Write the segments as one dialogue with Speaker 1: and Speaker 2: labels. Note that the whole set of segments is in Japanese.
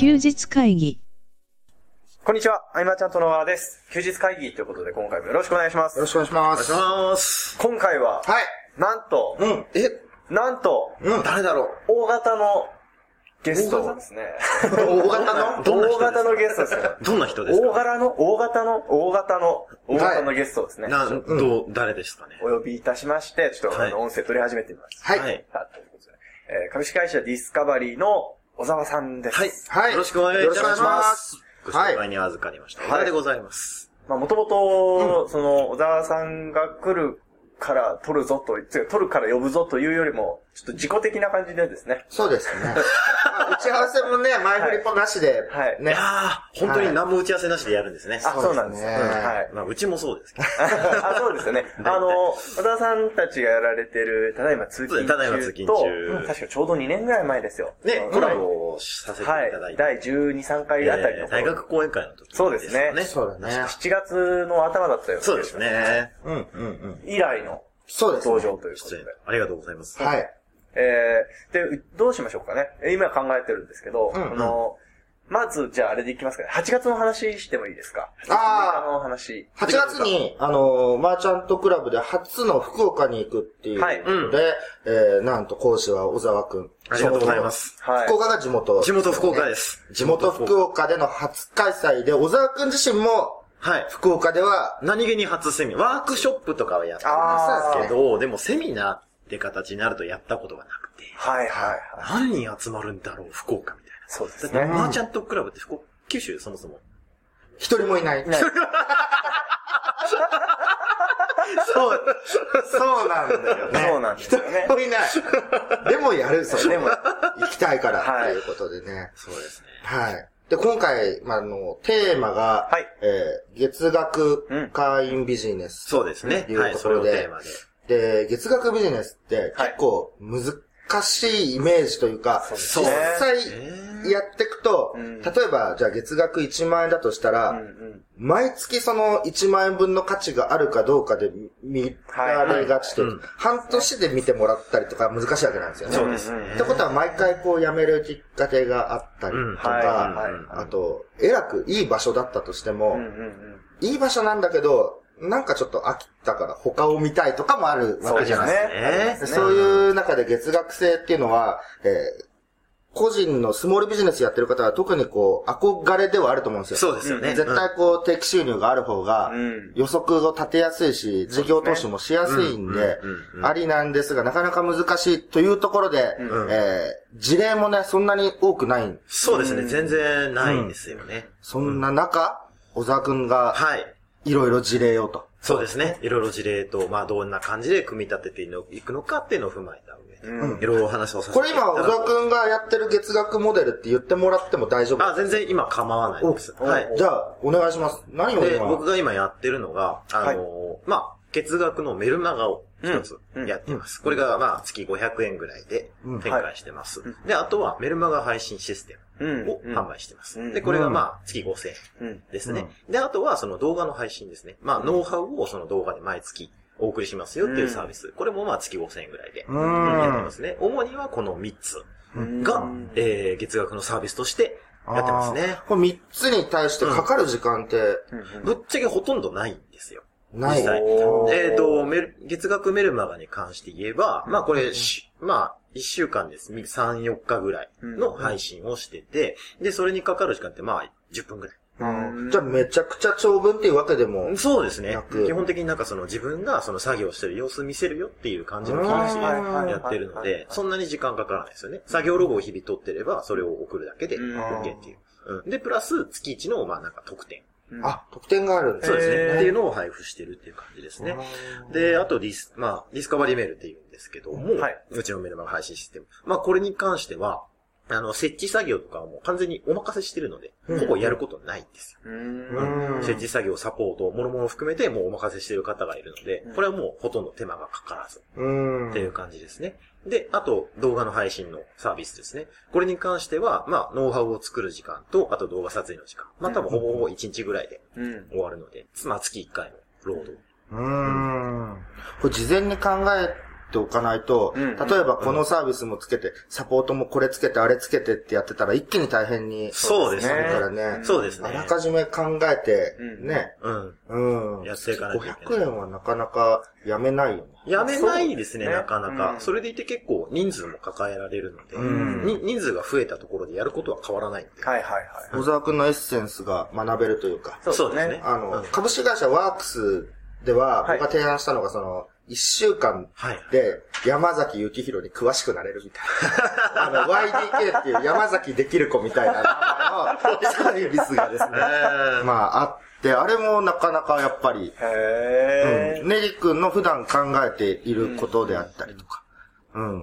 Speaker 1: 日会議。
Speaker 2: こんにちは、あいまちゃんとのわです。休日会議ということで今回もよろしくお願いします。
Speaker 3: よろしくお願いします。
Speaker 4: ます。
Speaker 2: 今回は、
Speaker 3: はい。
Speaker 2: なんと、
Speaker 4: うん。え、
Speaker 2: なんと、
Speaker 4: うん、誰だろう
Speaker 2: 大型のゲストですね。
Speaker 4: 大型 のどんな
Speaker 2: 大
Speaker 4: 人
Speaker 2: 型のゲストですね。
Speaker 4: どんな人 です
Speaker 2: 大
Speaker 4: か
Speaker 2: 柄の、大型の、大型の、大型のゲストですね。
Speaker 4: なん、どう、誰ですかね
Speaker 2: お呼びいたしまして、ちょっとあ
Speaker 4: はい
Speaker 2: の音声取り始めてみます。
Speaker 3: はい。
Speaker 4: はい。
Speaker 2: さあということでえー株式会社ディスカバリーの小沢さんです。
Speaker 4: はい。
Speaker 3: はい
Speaker 4: よろしくお願いいたし
Speaker 3: よろしくお願いし
Speaker 4: ま
Speaker 3: ますす。
Speaker 4: ご紹介に預かりました。
Speaker 2: い
Speaker 4: お題でございます。
Speaker 2: まあ、もともと、その、小沢さんが来るから撮るぞと、つう撮るから呼ぶぞというよりも、ちょっと自己的な感じでですね。
Speaker 3: そうですね。まあ打ち合わせもね、前振りもなしで、
Speaker 2: はい
Speaker 4: い
Speaker 3: ね
Speaker 4: や。ー、本当に何も打ち合わせなしでやるんですね。
Speaker 2: あ、そうなんですね。
Speaker 3: ね
Speaker 2: はい。
Speaker 4: まあ、うちもそうですけど。
Speaker 2: あ、そうですよ ね。あの、小沢さんたちがやられてる、ただいま通勤中と、
Speaker 4: ただいま通勤中
Speaker 2: うん確かちょうど2年ぐらい前ですよ。う、
Speaker 4: ね
Speaker 2: ん
Speaker 4: コラボをさせていた
Speaker 2: はい
Speaker 4: だい。て。
Speaker 2: 第12、3回あたり
Speaker 4: え
Speaker 2: の
Speaker 4: ー大
Speaker 2: 頃。
Speaker 4: 学講演会の時
Speaker 2: そうですね
Speaker 4: か
Speaker 3: そうだね。
Speaker 2: 7月の頭だったよ。
Speaker 4: そうです。ね。
Speaker 3: うんうんうん。
Speaker 2: 以来の
Speaker 3: そうですね。
Speaker 2: 登場ということ
Speaker 4: 出
Speaker 2: で
Speaker 4: 演。ありがとうございます。。
Speaker 3: はいい。
Speaker 2: えー、で、うどうしましょうかね。えー今考えてるんですけど、
Speaker 3: うんうん
Speaker 2: あの、まず、じゃああれでいきますかね。8月の話してもいいですか8
Speaker 3: あー
Speaker 2: 月の話。
Speaker 3: 8月に、あのー、マーチャントクラブで初の福岡に行くっていうので、
Speaker 2: はい
Speaker 4: うん
Speaker 3: えー、なんと講師は小沢くん。
Speaker 4: ありがとうございま。す。
Speaker 2: はい。
Speaker 3: 福岡が地元、
Speaker 4: 地元福岡です。
Speaker 3: 地元福岡での初開催で、小沢くん自身も、
Speaker 4: はい。
Speaker 3: 福岡では、
Speaker 4: 何気に初セミ、ワークショップとかはやって
Speaker 2: あー
Speaker 4: ますけど、でもセミナーって形になるとやったことがなくて、
Speaker 2: はいはいはい。
Speaker 4: 何人集まるんだろう、福岡みたい
Speaker 2: そうです
Speaker 4: な。だって、
Speaker 2: ね。
Speaker 4: マーチャントクラブって福岡、九州そもそも。
Speaker 3: 一人もいない。
Speaker 4: そう。
Speaker 3: そうなんだよね。
Speaker 2: そうなんですよ ね
Speaker 3: 人もいない。でもやる、そう。でも、行きたいから、
Speaker 2: はい
Speaker 3: ということでね。
Speaker 4: そうですね。
Speaker 3: はい。で、今回、まあ、あの、テーマが、
Speaker 2: はい
Speaker 3: えー月額会員ビジネス。
Speaker 4: そうですね
Speaker 3: と。、
Speaker 4: はいいう
Speaker 3: と
Speaker 4: そ
Speaker 3: こ
Speaker 4: れ
Speaker 3: ろ
Speaker 4: を
Speaker 3: で、
Speaker 4: テーマで。
Speaker 3: で、月額ビジネスって
Speaker 2: はい
Speaker 3: 結構難しいイメージというか、
Speaker 2: そう
Speaker 3: 実
Speaker 4: ですね
Speaker 3: 際やっていくと、
Speaker 2: うん
Speaker 3: 例えば、じゃあ月額1万円だとしたら、
Speaker 2: うんうん。
Speaker 3: 毎月その1万円分の価値があるかどうかで見られがちというか、半年で見てもらったりとか難しいわけなんですよね。
Speaker 4: そうですね。
Speaker 3: ってことは毎回こう辞めるきっかけがあったり
Speaker 4: うん
Speaker 3: と
Speaker 2: はい
Speaker 3: か、
Speaker 2: はい
Speaker 3: あと、えらくいい場所だったとしても、
Speaker 2: うんうんうん。
Speaker 3: いい場所なんだけど、なんかちょっと飽きたから他を見たいとかもあるわ
Speaker 2: そう
Speaker 3: け
Speaker 2: で
Speaker 3: じゃ
Speaker 2: す
Speaker 3: ない
Speaker 2: ね
Speaker 3: ですか。でそ
Speaker 4: ね
Speaker 3: ういう中で月額制っていうのは、えー個人のスモールビジネスやってる方は特にこう、憧れではあると思うんですよ。
Speaker 4: そうですよね。
Speaker 3: 絶対こう、定期収入がある方が
Speaker 2: うん、
Speaker 3: 予測を立てやすいし、事業投資もしやすいんで
Speaker 4: うんうんうんう、ん
Speaker 3: ありなんですが、なかなか難しいというところで、
Speaker 4: ん
Speaker 3: えー事例もね、そんなに多くない。
Speaker 4: そうですね。全然ないんですよね。
Speaker 3: そんな中、小沢くんが
Speaker 4: はい。
Speaker 3: いろいろ事例をと。
Speaker 4: そうですね。いろいろ事例と、まあ、どんな感じで組み立てていのいくのかっていうのを踏まえた上で、いろいろお話をさせて
Speaker 3: こ
Speaker 4: いた
Speaker 3: れ
Speaker 4: だ
Speaker 3: 今、小沢
Speaker 4: く
Speaker 3: くんがやってる月額モデルって言ってもらっても大丈夫
Speaker 4: あ、全然今構わないです。
Speaker 3: お
Speaker 4: はい。
Speaker 3: じゃあ、お願いします。何を
Speaker 4: で、
Speaker 3: 今
Speaker 4: 僕が今やってるのが、あのーまあ、月額のメルマガを一つやってます。これが、まあ、月500円ぐらいで
Speaker 3: うん
Speaker 4: 展開してます。で、あとはメルマガ配信システムを
Speaker 2: うん
Speaker 4: 販売してます。
Speaker 2: うん
Speaker 4: で、これがまあ、月5000円
Speaker 2: うん。
Speaker 4: ですね。で、あとはその動画の配信ですね。まあ、ノウハウをその動画で毎月お送りしますよっていうサービス。これもまあ、月5000円ぐらいで
Speaker 3: う
Speaker 4: やって
Speaker 3: ん
Speaker 4: ま。すね。主にはこの3つ
Speaker 2: うん
Speaker 4: が、えー、月額のサービスとしてやってますね
Speaker 3: あー。これ3つに対してかかる時間って
Speaker 4: ぶっちゃけほとんどないんですよ。
Speaker 3: ない。
Speaker 4: 実際
Speaker 2: おー
Speaker 4: えっ、と、メル、月額メルマガに関して言えば、まあこれし、まあ、一週間です。3、4日ぐらいの配信をしてて、で、それにかかる時間ってまあ、10分ぐらい。
Speaker 3: じゃあめちゃくちゃ長文っていうわけでも。
Speaker 4: そうですね
Speaker 3: な。く
Speaker 4: 基本的になんかその自分がその作業してる様子見せるよっていう感じの
Speaker 3: あ
Speaker 4: 形
Speaker 3: ー
Speaker 4: でやってるので、そんなに時間かからないですよね。作業ログを日々取ってれば、それを送るだけで OK っていう。うん、で、プラス月一のまあなんか特典。
Speaker 3: あ、得点があるんです
Speaker 4: そう
Speaker 3: ね。
Speaker 4: です
Speaker 2: へー
Speaker 4: ね。っていうのを配布してるっていう感じですね。で、あとディス、まあ、ディスカバリーメールって言うんですけども、
Speaker 2: はいう
Speaker 4: ちのメルマガ配信システム。まあ、これに関しては、あの、設置作業とかはもう完全にお任せしてるので、ほぼやることないんですよ。
Speaker 2: うん。
Speaker 4: 設置作業、サポート、もろもろ含めてもうお任せしてる方がいるので、これはもうほとんど手間がかからず、
Speaker 3: うん。
Speaker 4: っていう感じですね。で、あと、動画の配信のサービスですね。これに関しては、まあ、ノウハウを作る時間と、あと動画撮影の時間。まあ、多分ほぼほぼ1日ぐらいで
Speaker 2: うん。
Speaker 4: 終わるので、まあ、月1回の労働。
Speaker 3: うん。これ事前に考えっておかないと、
Speaker 2: うん
Speaker 3: 例えばこのサービスもつけて、サポートもこれつけて、あれつけてってやってたら一気に大変に
Speaker 4: そうです
Speaker 3: なるから
Speaker 4: ね。
Speaker 3: ね。
Speaker 4: そうですね
Speaker 3: あ。らかじめ考えて、
Speaker 2: うん
Speaker 3: ね。
Speaker 4: うん。
Speaker 3: うん。
Speaker 4: やっていかないといけない
Speaker 3: 500円はなかなかやめないよね。
Speaker 4: やめないですね、
Speaker 2: そうですね
Speaker 4: なかな
Speaker 2: うん
Speaker 4: か。それでいて結構人数も抱えられるので、
Speaker 2: うん
Speaker 4: に人数が増えたところでやることは変わらないんで。
Speaker 2: はいはいはい。
Speaker 3: 小沢くんのエッセンスが学べるというか、
Speaker 4: そうですね
Speaker 3: あ
Speaker 4: う
Speaker 3: の
Speaker 4: ん、
Speaker 3: 株式会社ワークスでは、
Speaker 2: はい
Speaker 3: 僕が提案したのが、その、一週間
Speaker 4: はい。
Speaker 3: で山崎幸宏に詳しくなれるみ たいな。あの、YDK っていう山崎できる子みたいな名前のサービスがですね、まああって、あれもなかなかやっぱり、
Speaker 2: へ
Speaker 3: う
Speaker 2: ー。
Speaker 3: ん、ネリ君の普段考えていることであったりとか。うん。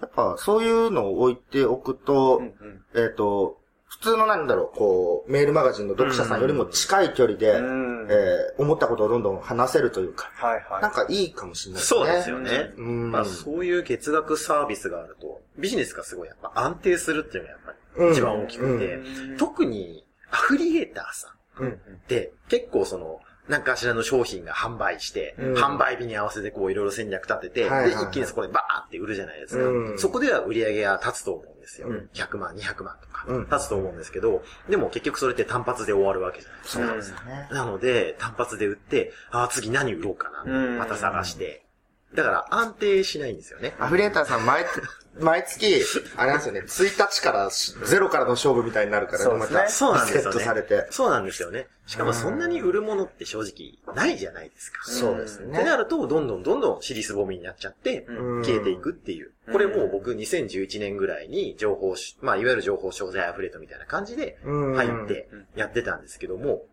Speaker 3: やっぱそういうのを置いておくと、
Speaker 2: うんうん
Speaker 3: えっ、と、普通のなんだろう、こう、メールマガジンの読者さんよりも近い距離で、
Speaker 2: うん
Speaker 3: えー思ったことをどんどん話せるというか、
Speaker 2: はいは
Speaker 3: なんかいいかもしれないですね。
Speaker 4: そうですよね。
Speaker 3: うん
Speaker 4: まあそういう月額サービスがあると、ビジネスがすごいやっぱ安定するっていうのがやっぱ
Speaker 3: うん
Speaker 4: り一番大きくて、
Speaker 2: うん
Speaker 4: 特にアフリエーターさん
Speaker 3: うん
Speaker 4: で、結構その、何かしらの商品が販売して、
Speaker 3: うん
Speaker 4: 販売日に合わせてこういろいろ戦略立てて、
Speaker 3: はいはい
Speaker 4: で、
Speaker 3: はい
Speaker 4: 一気にそこでバーって売るじゃないですか。
Speaker 3: うん
Speaker 4: そこでは売り上げが立つと思うんですよ。
Speaker 3: うん
Speaker 4: 100万、200万とか
Speaker 3: うん、
Speaker 4: 立つと思うんですけど、でも結局それって単発で終わるわけじゃないです
Speaker 3: そ
Speaker 4: か。
Speaker 3: うですね。
Speaker 4: なので、単発で売って、ああ、次何売ろうかな
Speaker 2: うん。
Speaker 4: また探して。だから安定しないんですよね。
Speaker 3: アフリエーターさん毎、 毎月、あれなんですよね、1日からし、ゼロからの勝負みたいになるから、
Speaker 2: そうですね
Speaker 3: また
Speaker 4: そうなんですよ
Speaker 3: リセット
Speaker 4: ね。
Speaker 3: されて。
Speaker 4: そうなんですよね。しかもそんなに売るものって正直ないじゃないですか。
Speaker 3: そうです
Speaker 4: っ
Speaker 3: ね。
Speaker 4: てなると、どんどんどんどん尻すぼみになっちゃって、
Speaker 3: うん
Speaker 4: 消えていくっていう。これもう僕2011年ぐらいに情報し、まあいわゆる情報商材アフレートみたいな感じで
Speaker 3: うん
Speaker 4: 入ってやってたんですけども、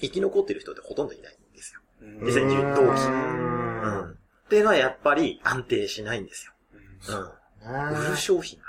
Speaker 4: 生き残ってる人ってほとんどいないんですよ。
Speaker 2: い。
Speaker 4: で2010同期
Speaker 3: うん
Speaker 4: うん。っていうのはやっぱり安定しないんですよ。うん。売る商品が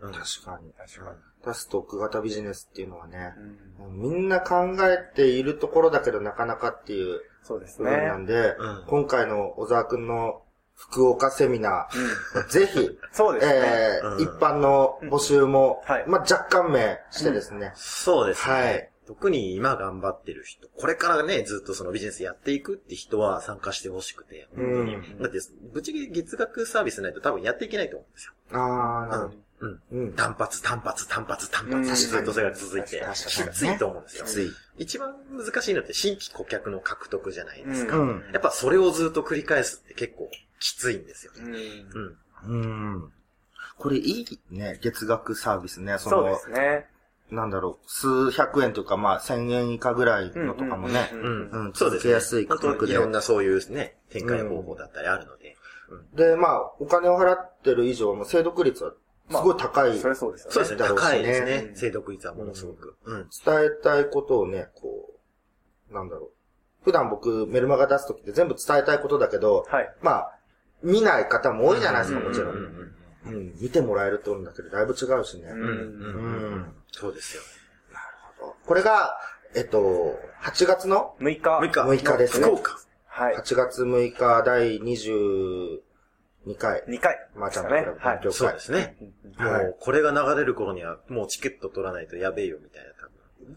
Speaker 4: ない。うん。
Speaker 3: 確かに。
Speaker 2: 確か
Speaker 3: 出すと奥型ビジネスっていうのはね、
Speaker 2: に。うん
Speaker 3: みんな考えているところだけどなかなかっていう
Speaker 2: そうです
Speaker 3: 部
Speaker 2: ね。
Speaker 3: 分なんで、
Speaker 4: うん
Speaker 3: 今回の小沢くんの福岡セミナ
Speaker 2: うん
Speaker 3: ー、ぜ ひ、
Speaker 2: そうですね。
Speaker 3: えー
Speaker 4: うん
Speaker 3: 一般の募集も、
Speaker 2: うんはい
Speaker 3: まあ、若干名してですね、
Speaker 4: そうですね。
Speaker 3: はい
Speaker 4: 特に今頑張ってる人、これからね、ずっとそのビジネスやっていくって人は参加してほしくて、本当に。
Speaker 3: うん
Speaker 4: だって、ぶっちゃけ月額サービスないと多分やっていけないと思うんですよ。
Speaker 3: あー、なるほど。
Speaker 4: うん。
Speaker 3: うん。
Speaker 4: 単発、単発、単発、単
Speaker 2: うん
Speaker 4: 発、ずっとそれが続いて
Speaker 3: 確かに、
Speaker 4: きついと思うんですよ。
Speaker 3: つい。
Speaker 4: 一番難しいのって新規顧客の獲得じゃないですか。
Speaker 3: うん
Speaker 4: やっぱそれをずっと繰り返すって結構きついんですよね。
Speaker 2: うん
Speaker 4: うん。
Speaker 3: うん。これいいね、月額サービスね。そ
Speaker 2: そうで
Speaker 3: の、
Speaker 2: すね。
Speaker 3: なんだろう、数百円とか、まあ、千円以下ぐらいのとかもね、
Speaker 2: うん
Speaker 4: うん。
Speaker 3: うん
Speaker 4: そうで
Speaker 3: 続
Speaker 4: す
Speaker 3: けやすい価格で
Speaker 4: 本当にいろんなそういうね、展開方法だったりあるので。
Speaker 3: で、まあ、お金を払ってる以上、もう精読率はすごい高い。
Speaker 2: それそうですよね。
Speaker 4: そうですね。
Speaker 3: だろうしね
Speaker 4: 高いです
Speaker 2: う
Speaker 4: ね
Speaker 2: ん。
Speaker 4: 精読率はものすごく。うん。
Speaker 3: 伝えたいことをね、こう、なんだろう。普段僕、メルマガ出すときって全部伝えたいことだけど、
Speaker 2: はい。
Speaker 3: まあ、見ない方も多いじゃないですか、
Speaker 2: うん
Speaker 3: もちろん。
Speaker 4: う
Speaker 3: うん
Speaker 4: ん
Speaker 3: うん見てもらえると思うんだけど、だいぶ違うしね。
Speaker 2: うん
Speaker 4: うん
Speaker 3: う
Speaker 4: うんうん。
Speaker 3: ん。
Speaker 4: そうですよ。
Speaker 3: これが、えっと、8月の
Speaker 2: 6日。
Speaker 4: 6日。
Speaker 3: 6日ですね
Speaker 4: 福岡。
Speaker 2: はい。
Speaker 3: 8月6日第22回、
Speaker 2: 2回。
Speaker 3: まーちゃんの
Speaker 2: ね
Speaker 3: クラ。ブ
Speaker 2: は
Speaker 3: 勉
Speaker 2: い。
Speaker 3: 強
Speaker 4: そう
Speaker 3: 会
Speaker 4: で。すね。も、
Speaker 3: はいう
Speaker 4: これが流れる頃には、もうチケット取らないとやべえよ、みたいな。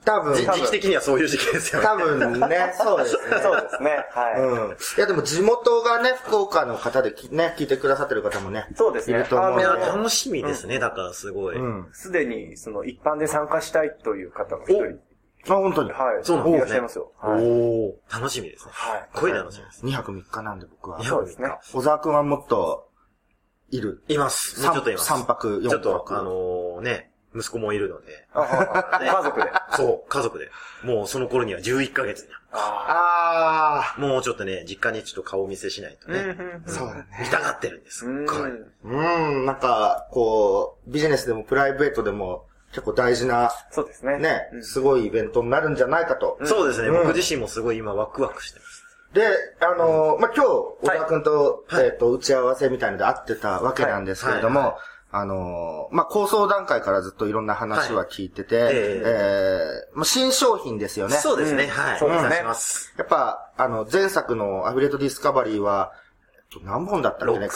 Speaker 3: 多分、
Speaker 4: 時期的にはそういう時期ですよね。
Speaker 3: 多分 ね、そうですね。
Speaker 2: そうですね。は
Speaker 3: うん。いや、でも地元がね、福岡の方できね、聞いてくださってる方もね
Speaker 2: い。。そうです
Speaker 3: い
Speaker 2: ね
Speaker 3: る。と思う
Speaker 2: あ
Speaker 4: いや、
Speaker 2: の、
Speaker 4: 楽しみですね。だからすごい。
Speaker 3: うん。あ、
Speaker 2: すでに、その、一般で参加したいという方が一人。
Speaker 3: 本当に。
Speaker 2: はい。
Speaker 4: そうなんですね
Speaker 2: いらっしゃいますよ。はい。
Speaker 4: おー楽しみですね。
Speaker 2: はい
Speaker 4: すっごい楽しみです。
Speaker 3: 2泊3日なんで僕は
Speaker 4: 2。
Speaker 2: そう
Speaker 4: 泊
Speaker 2: です
Speaker 4: 3
Speaker 2: ね
Speaker 4: 日。
Speaker 3: 小沢くんはもっと、いる。
Speaker 4: います。もうちょっといます。
Speaker 3: 3泊、4
Speaker 4: ちょ
Speaker 3: 泊。
Speaker 4: っと、あのーね、息子もいるので。
Speaker 2: あああ家族で。
Speaker 4: そう、家族で。もうその頃には11ヶ月になる
Speaker 2: あ
Speaker 3: あ
Speaker 4: もうちょっとね、実家にちょっと顔見せしないと
Speaker 2: あ。うん
Speaker 4: ね。
Speaker 2: うん
Speaker 3: ー。そうだね。
Speaker 4: 見たがってるんです。
Speaker 2: うん
Speaker 4: これ
Speaker 3: うん、なんか、こう、ビジネスでもプライベートでも、結構大事な、
Speaker 2: そうですね。
Speaker 3: ね
Speaker 2: う、ん
Speaker 3: すごいイベントになるんじゃないかと。
Speaker 4: そうですね、
Speaker 3: うん
Speaker 4: 僕自身もすごい今ワクワクしてます。
Speaker 3: で、あのーまあ、今日、小
Speaker 4: はい
Speaker 3: 沢くんと、
Speaker 4: はい
Speaker 3: えっ、と、打ち合わせみたいので会ってたわけなんですけれども、
Speaker 4: はい
Speaker 3: あのーまあ、構想段階からずっといろんな話は聞いてて、
Speaker 4: いえ
Speaker 3: えーまあ、新商品ですよね。
Speaker 4: そうですね、
Speaker 2: うん
Speaker 4: はい。
Speaker 2: そうですね
Speaker 4: お願いします。
Speaker 3: やっぱ、あの、前作のアフィレートディスカバリーは、何本だったっけね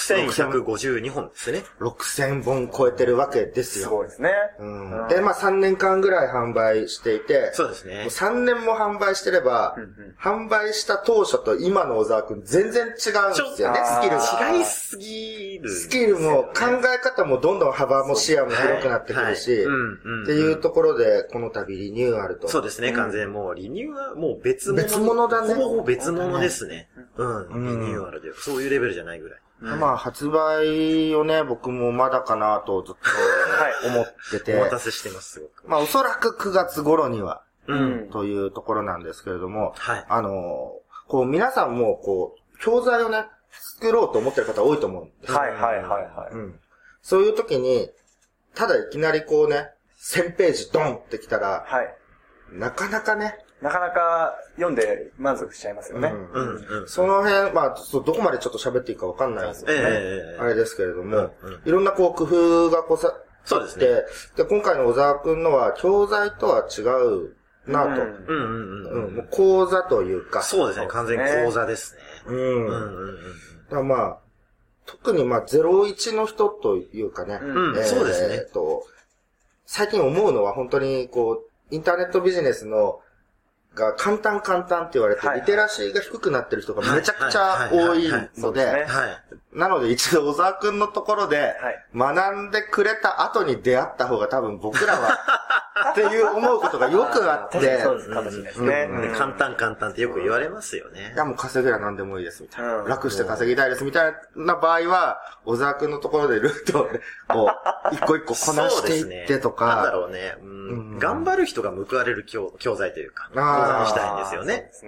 Speaker 4: 6152本ですね。
Speaker 3: 6000本超えてるわけで
Speaker 2: す
Speaker 3: すよ。
Speaker 2: ごいですね。
Speaker 3: うん、で、まあ3年間ぐらい販売していて、
Speaker 4: そうですね。
Speaker 3: 3年も販売してれば、販売した当初と今の小沢くん全然違うんですよね、
Speaker 2: ちょ
Speaker 3: スキルが。
Speaker 4: 違いすぎる。
Speaker 3: スキルも考え方もどんどん幅も視野も広くなってくるし、
Speaker 4: はいはいうんうんうん
Speaker 3: っていうところで、この度リニューアルと。
Speaker 4: そうですね、完全にもう、リニューアル、もう別物。
Speaker 3: 別物だね
Speaker 4: ほぼほぼ別物ですね。うん、
Speaker 3: うん
Speaker 4: リニューアルで。そういうレベルじゃないぐらい。
Speaker 3: まあ発売をね、僕もまだかなとずっと思って て、
Speaker 4: お待たせしてます、すごく。
Speaker 3: まあおそらく9月頃には、
Speaker 2: うん。
Speaker 3: というところなんですけれども、
Speaker 4: はい
Speaker 3: あの、こう皆さんもこう、教材をね、作ろうと思ってる方多いと思うんです。
Speaker 2: はいはいはいは
Speaker 3: うん。そういう時に、ただいきなりこうね、1000ページドンってきたら、
Speaker 2: い。はい。
Speaker 3: なかなかね、
Speaker 2: なかなか読んで満足しちゃいますよね。
Speaker 3: うん
Speaker 4: うん、うん。
Speaker 3: その辺、まあ、そうどこまでちょっと喋っていいかわかんないんで、
Speaker 4: ええ
Speaker 3: あれですけれども、
Speaker 4: うんうん
Speaker 3: いろんなこう工夫がこうさ、
Speaker 4: そうです
Speaker 3: で
Speaker 4: ね。
Speaker 3: で、今回の小沢くんのは教材とは違うなと。
Speaker 2: うん
Speaker 4: うん
Speaker 3: う、
Speaker 4: うんうんん。
Speaker 3: もう講座というか。
Speaker 4: そうですね、完全に講座ですね。
Speaker 3: うん。だ
Speaker 4: うんう
Speaker 3: か
Speaker 4: んうん。
Speaker 3: らまあ、特にまあ、01の人というかね。
Speaker 2: うん
Speaker 4: そうですね
Speaker 3: えーと、最近思うのは本当にこう、インターネットビジネスの、が簡単簡単って言われて、
Speaker 2: はい
Speaker 3: リテラシーが低くなってる人がめちゃくち
Speaker 4: は
Speaker 3: ゃ
Speaker 4: いはい
Speaker 3: 多
Speaker 4: はい
Speaker 3: い
Speaker 4: はい
Speaker 3: の
Speaker 2: そうですね
Speaker 3: で、
Speaker 4: はい。
Speaker 3: なので一度小沢くんのところで、学んでくれた後に出会った方が多分僕らは、っていう思うことがよくあっ て、
Speaker 2: 確かにそうですかもしれないですね。
Speaker 3: うん
Speaker 4: で簡単簡単ってよく言われますよね
Speaker 3: い。やもう稼げりゃ何でもいいですみたいな。
Speaker 2: うん
Speaker 3: 楽して稼ぎたいですみたいな場合は、小沢くんのところでルー トをね、こう、一個一個こなしていってと
Speaker 4: そうですねなん
Speaker 3: か、
Speaker 4: だろうね。
Speaker 3: う
Speaker 4: うんん。頑張る人が報われる教教材というか、講座
Speaker 3: あー
Speaker 4: にしたいんですよね。
Speaker 2: そうです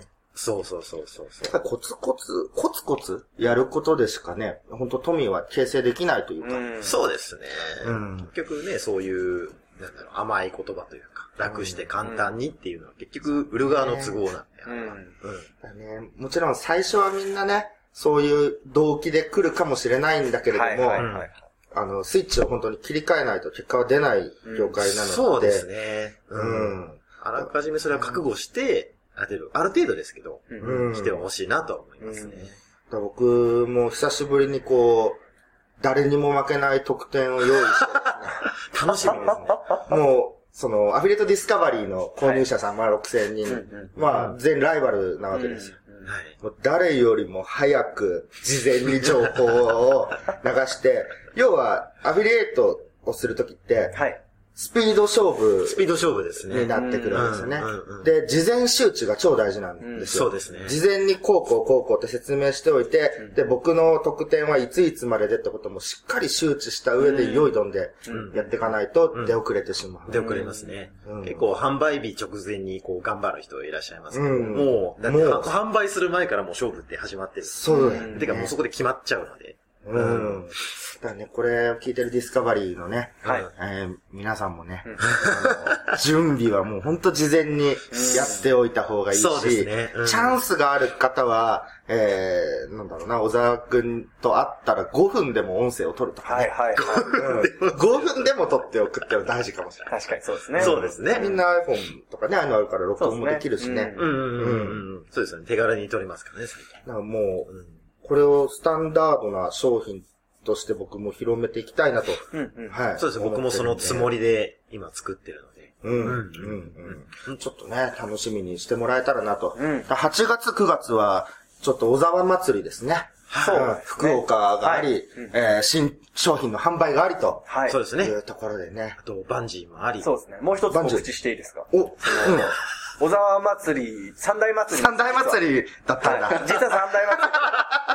Speaker 2: ね。
Speaker 4: そうそうそうそう
Speaker 3: やっ
Speaker 4: そ
Speaker 3: ぱ
Speaker 4: う。
Speaker 3: りコツコツ、コツコツやることでしかね、本当富は形成できないというか、
Speaker 2: うん
Speaker 4: そうですね。
Speaker 3: うん
Speaker 4: 結局ね、そういう、なんだろう、甘い言葉というか、楽して簡単にっていうのは結局、売る側の都合なんだよ。
Speaker 2: うん。
Speaker 4: うん。
Speaker 3: だね、もちろん最初はみんなね、そういう動機で来るかもしれないんだけれども、
Speaker 2: はいはいはい。
Speaker 3: あの、スイッチを本当に切り替えないと結果は出ない業界なので、
Speaker 4: そうですね。
Speaker 3: うん。
Speaker 4: あらかじめそれは覚悟して、ある程度、ある程度ですけど、
Speaker 2: うん
Speaker 3: うん
Speaker 4: してはほしいなとは思いますね。
Speaker 3: だから僕も久しぶりにこう、誰にも負けない特典を用意して
Speaker 4: 楽しみですね。
Speaker 3: ですね、もう、その、アフィリエイトディスカバリーの購入者さん、まあ6000人、
Speaker 2: うん
Speaker 3: まあ全ライバルなわけですよ。
Speaker 4: はい。
Speaker 3: もう誰よりも早く事前に情報を流して、要はアフィリエイトをするときって、
Speaker 2: はい。
Speaker 3: スピード勝負
Speaker 4: スピード勝負ですね。
Speaker 3: になってくるんですよね
Speaker 4: うんうんう。ん
Speaker 3: で、事前周知が超大事なんですよ。
Speaker 4: うんそうですね
Speaker 3: 事前にこうこうこうこうって説明しておいて、で、僕の特典はいついつまででってこともしっかり周知した上で、用意どんでやっていかないと出遅れてしまう。
Speaker 4: 出遅れますね。
Speaker 3: うん
Speaker 4: 結構販売日直前にこう頑張る人いらっしゃいますけど、
Speaker 3: うん
Speaker 4: もう、だって
Speaker 3: もう
Speaker 4: 販売する前からもう勝負って始まってる。
Speaker 3: そうだよ
Speaker 4: てかもうそこで決まっちゃうので。
Speaker 3: うん。だからね、これ聞いてるディスカバリーのね、
Speaker 2: はい
Speaker 3: えー皆さんもね、あの準備はもうほんと事前にやっておいた方がいいし、
Speaker 4: そうですねうん
Speaker 3: チャンスがある方は、えー、なんだろうな、小沢くんと会ったら5分でも音声を取るとか、
Speaker 2: はい
Speaker 3: ね
Speaker 2: はいはい。
Speaker 3: うん5分でも取っておくっていうのは大事かもしれない。
Speaker 2: 確かにそうですね。
Speaker 4: そうですね。
Speaker 3: みんな iPhone とかね、ああいうのあるから録音もできるし
Speaker 2: そうです
Speaker 3: ね
Speaker 2: ね。
Speaker 4: うんうんうんうんうん。そうですよね。手軽に取れますからね、最近。
Speaker 3: だからもう
Speaker 4: う、ん
Speaker 3: これをスタンダードな商品として僕も広めていきたいなと。
Speaker 2: うんうん。
Speaker 3: はい。
Speaker 4: そうですね。僕もそのつも
Speaker 3: り。
Speaker 4: りで今作ってるので。
Speaker 3: うん。うん。うん。ちょっとね、楽しみにしてもらえたらなと。
Speaker 2: うん
Speaker 3: 8月、9月は、ちょっと小沢祭りですね。
Speaker 2: そうですね
Speaker 3: ん福岡があり、
Speaker 2: はい
Speaker 3: えー新商品の販売がありと。
Speaker 2: はい。
Speaker 4: そうです
Speaker 3: い。
Speaker 4: ね。
Speaker 3: うところでね
Speaker 4: あ。と、バンジーもあり。
Speaker 2: そうですね。もう一つ告知していいですか
Speaker 3: お、うん。
Speaker 2: 小沢祭り、三大祭り。
Speaker 3: 三大祭りだったんだ。
Speaker 2: はい。実は三大祭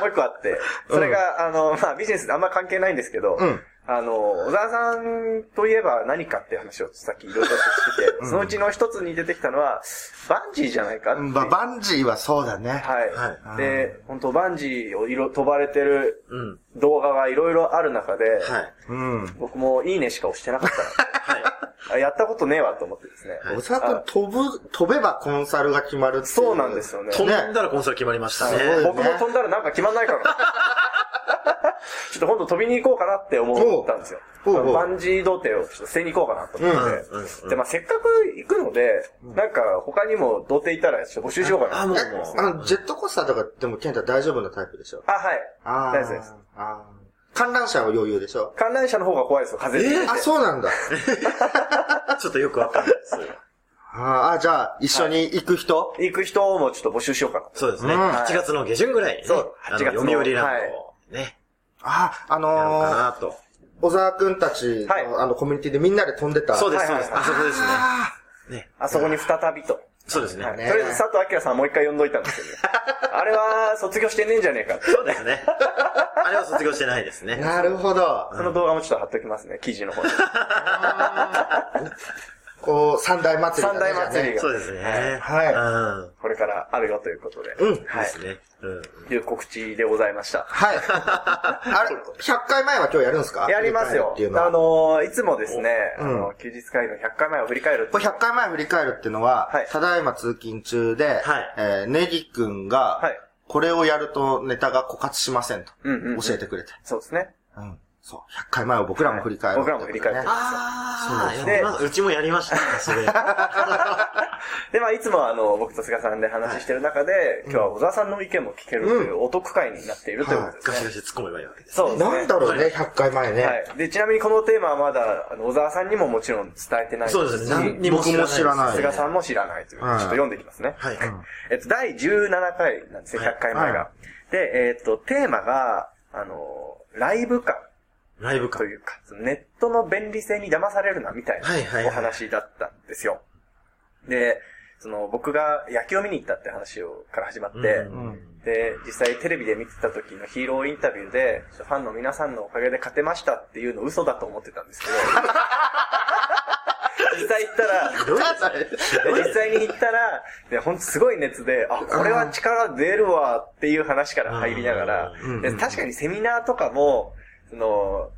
Speaker 2: り、もう一個あって、それが、あの、まあ、ビジネスあんま関係ないんですけど、
Speaker 3: うん
Speaker 2: あの、小沢さんといえば何かって話をさっきいろいろとしてて、そのうちの一つに出てきたのは、バンジーじゃないかっていう
Speaker 3: うんまあ、バンジーはそうだね。
Speaker 2: はい。
Speaker 3: はい
Speaker 2: で、本当バンジーをいろ飛ばれてる
Speaker 4: うん。
Speaker 2: 動画がいろいろある中で、
Speaker 4: はい。
Speaker 3: うん。
Speaker 2: 僕もいいねしか押してなかった
Speaker 4: はい。
Speaker 2: なあやったことねえわと思ってですね。
Speaker 3: 小沢くん飛ぶ、飛べばコンサルが決まるってい
Speaker 2: そうなんですよね。
Speaker 4: 飛んだらコンサル決まりました
Speaker 3: すごい
Speaker 4: ね。
Speaker 2: 僕も 飛んだらなんか決まんないから。ちょっと今度飛びに行こうかなって思ったんですよ。
Speaker 3: ほうほう
Speaker 2: バンジー童貞をちょっと捨てに行こうかなと思って。
Speaker 4: うんうんうん
Speaker 2: で、まあせっかく行くので、なんか他にも童貞いたらちょっと募集しようかな。
Speaker 4: あ、もうも
Speaker 3: あの、ジェットコースターとかでも健太大丈夫なタイプでしょ
Speaker 2: あ、はい。
Speaker 3: あー
Speaker 2: 大丈夫です。
Speaker 3: あー観覧車は余裕で しょ
Speaker 2: 観覧車の方が怖いですよ、風邪
Speaker 3: あ、そうなんだ。
Speaker 4: う、ちょっとよくわかんないです。
Speaker 3: あーあ、じゃあ、一緒に行く人、
Speaker 2: 行く人もちょっと募集しようかな。
Speaker 4: そうですね。
Speaker 3: うん
Speaker 4: 8月の下旬ぐらいにね。
Speaker 2: そう
Speaker 4: あの
Speaker 2: 8月の
Speaker 4: 読売ランドをね、
Speaker 3: あ、あ
Speaker 4: やろうか
Speaker 3: のー、
Speaker 4: なと。
Speaker 3: 小沢くんたちの、
Speaker 2: はい
Speaker 3: あの、コミュニティでみんなで飛んでた。
Speaker 4: そうです、
Speaker 2: はい
Speaker 4: そう
Speaker 2: はい
Speaker 4: です。あそこです
Speaker 3: あ
Speaker 4: ね。ね。
Speaker 2: あそこに再びと。
Speaker 4: そうですね。
Speaker 2: はい、
Speaker 3: ね
Speaker 2: とりあえず佐藤明さんもう一回呼んどいたんですけど、 ね、あれは卒業してねえんじゃねえかって
Speaker 4: そうですね。あれは卒業してないですね。
Speaker 3: ーなるほど。
Speaker 2: その動画もちょっと貼っときますね、記事の方に。
Speaker 3: こう、三大祭りだ
Speaker 2: 三
Speaker 3: ね。
Speaker 2: 大祭りが
Speaker 4: そうですね。
Speaker 3: はい
Speaker 4: うん。
Speaker 2: これからあるよということで。
Speaker 3: うん
Speaker 2: はい
Speaker 4: で。すね。う
Speaker 2: いう告知でございました。
Speaker 3: はい。あれ、100回前は今日やるんですか
Speaker 2: やりますよ
Speaker 3: 振り返るっていう。の
Speaker 2: あ
Speaker 3: は。
Speaker 2: のー、いつもですね、
Speaker 3: お
Speaker 2: あの、休日会の100回前を振り返るって
Speaker 3: こ
Speaker 2: いう
Speaker 3: れ100回前振り返るっていうのは、
Speaker 2: はい
Speaker 3: ただいま通勤中で、
Speaker 4: はい
Speaker 3: えーネギくんが、
Speaker 2: はい
Speaker 3: これをやるとネタが枯渇しませんと、
Speaker 2: うんうんうん
Speaker 3: 教えてくれて。
Speaker 2: そうですね。
Speaker 3: うん。そう。100回前を僕らも振り返る、
Speaker 2: 僕らも振り返って
Speaker 3: あ
Speaker 4: あ
Speaker 2: そうです
Speaker 4: あ、
Speaker 2: ね
Speaker 4: やりますうちもやりましたね、それ。
Speaker 2: で、まあ、いつもあの、僕と菅さんで話してる中で、今日は小沢さんの意見も聞けるというお得会になっているということですね。
Speaker 4: ガシガシ突っ込めばいいわけです。
Speaker 2: そうですね。
Speaker 3: なんだろうね、100回前ね。
Speaker 2: はい。で、ちなみにこのテーマはまだ、あの、小沢さんにももちろん伝えてない
Speaker 4: そうですね。
Speaker 2: し
Speaker 4: 何にも
Speaker 3: 僕も知らない
Speaker 2: 菅さんも知らないという。ちょ
Speaker 3: は
Speaker 2: っ
Speaker 3: い
Speaker 2: と読んでいきますね。
Speaker 4: はい。
Speaker 2: えっと、第17回なんですね、100回前
Speaker 3: は
Speaker 2: が。で、えっと、テーマが、あの、ライブ感
Speaker 4: ライブ
Speaker 2: と
Speaker 4: 感。
Speaker 2: いうか、そのネットの便利性に騙されるな、みたいな
Speaker 4: はいはいはい
Speaker 2: お話だったんですよ。で、その、僕が野球を見に行ったって話を、から始まって、
Speaker 4: うん
Speaker 2: で、実際テレビで見てた時のヒーローインタビューで、ファンの皆さんのおかげで勝てましたっていうの嘘だと思ってたんですけ ど、実際行ったら、
Speaker 3: どうやったね
Speaker 2: で実際に行ったら、で、ほんとすごい熱で、あ、これは力出るわっていう話から入りながら
Speaker 4: うん
Speaker 3: うん、
Speaker 2: で確かにセミナーとかも、その、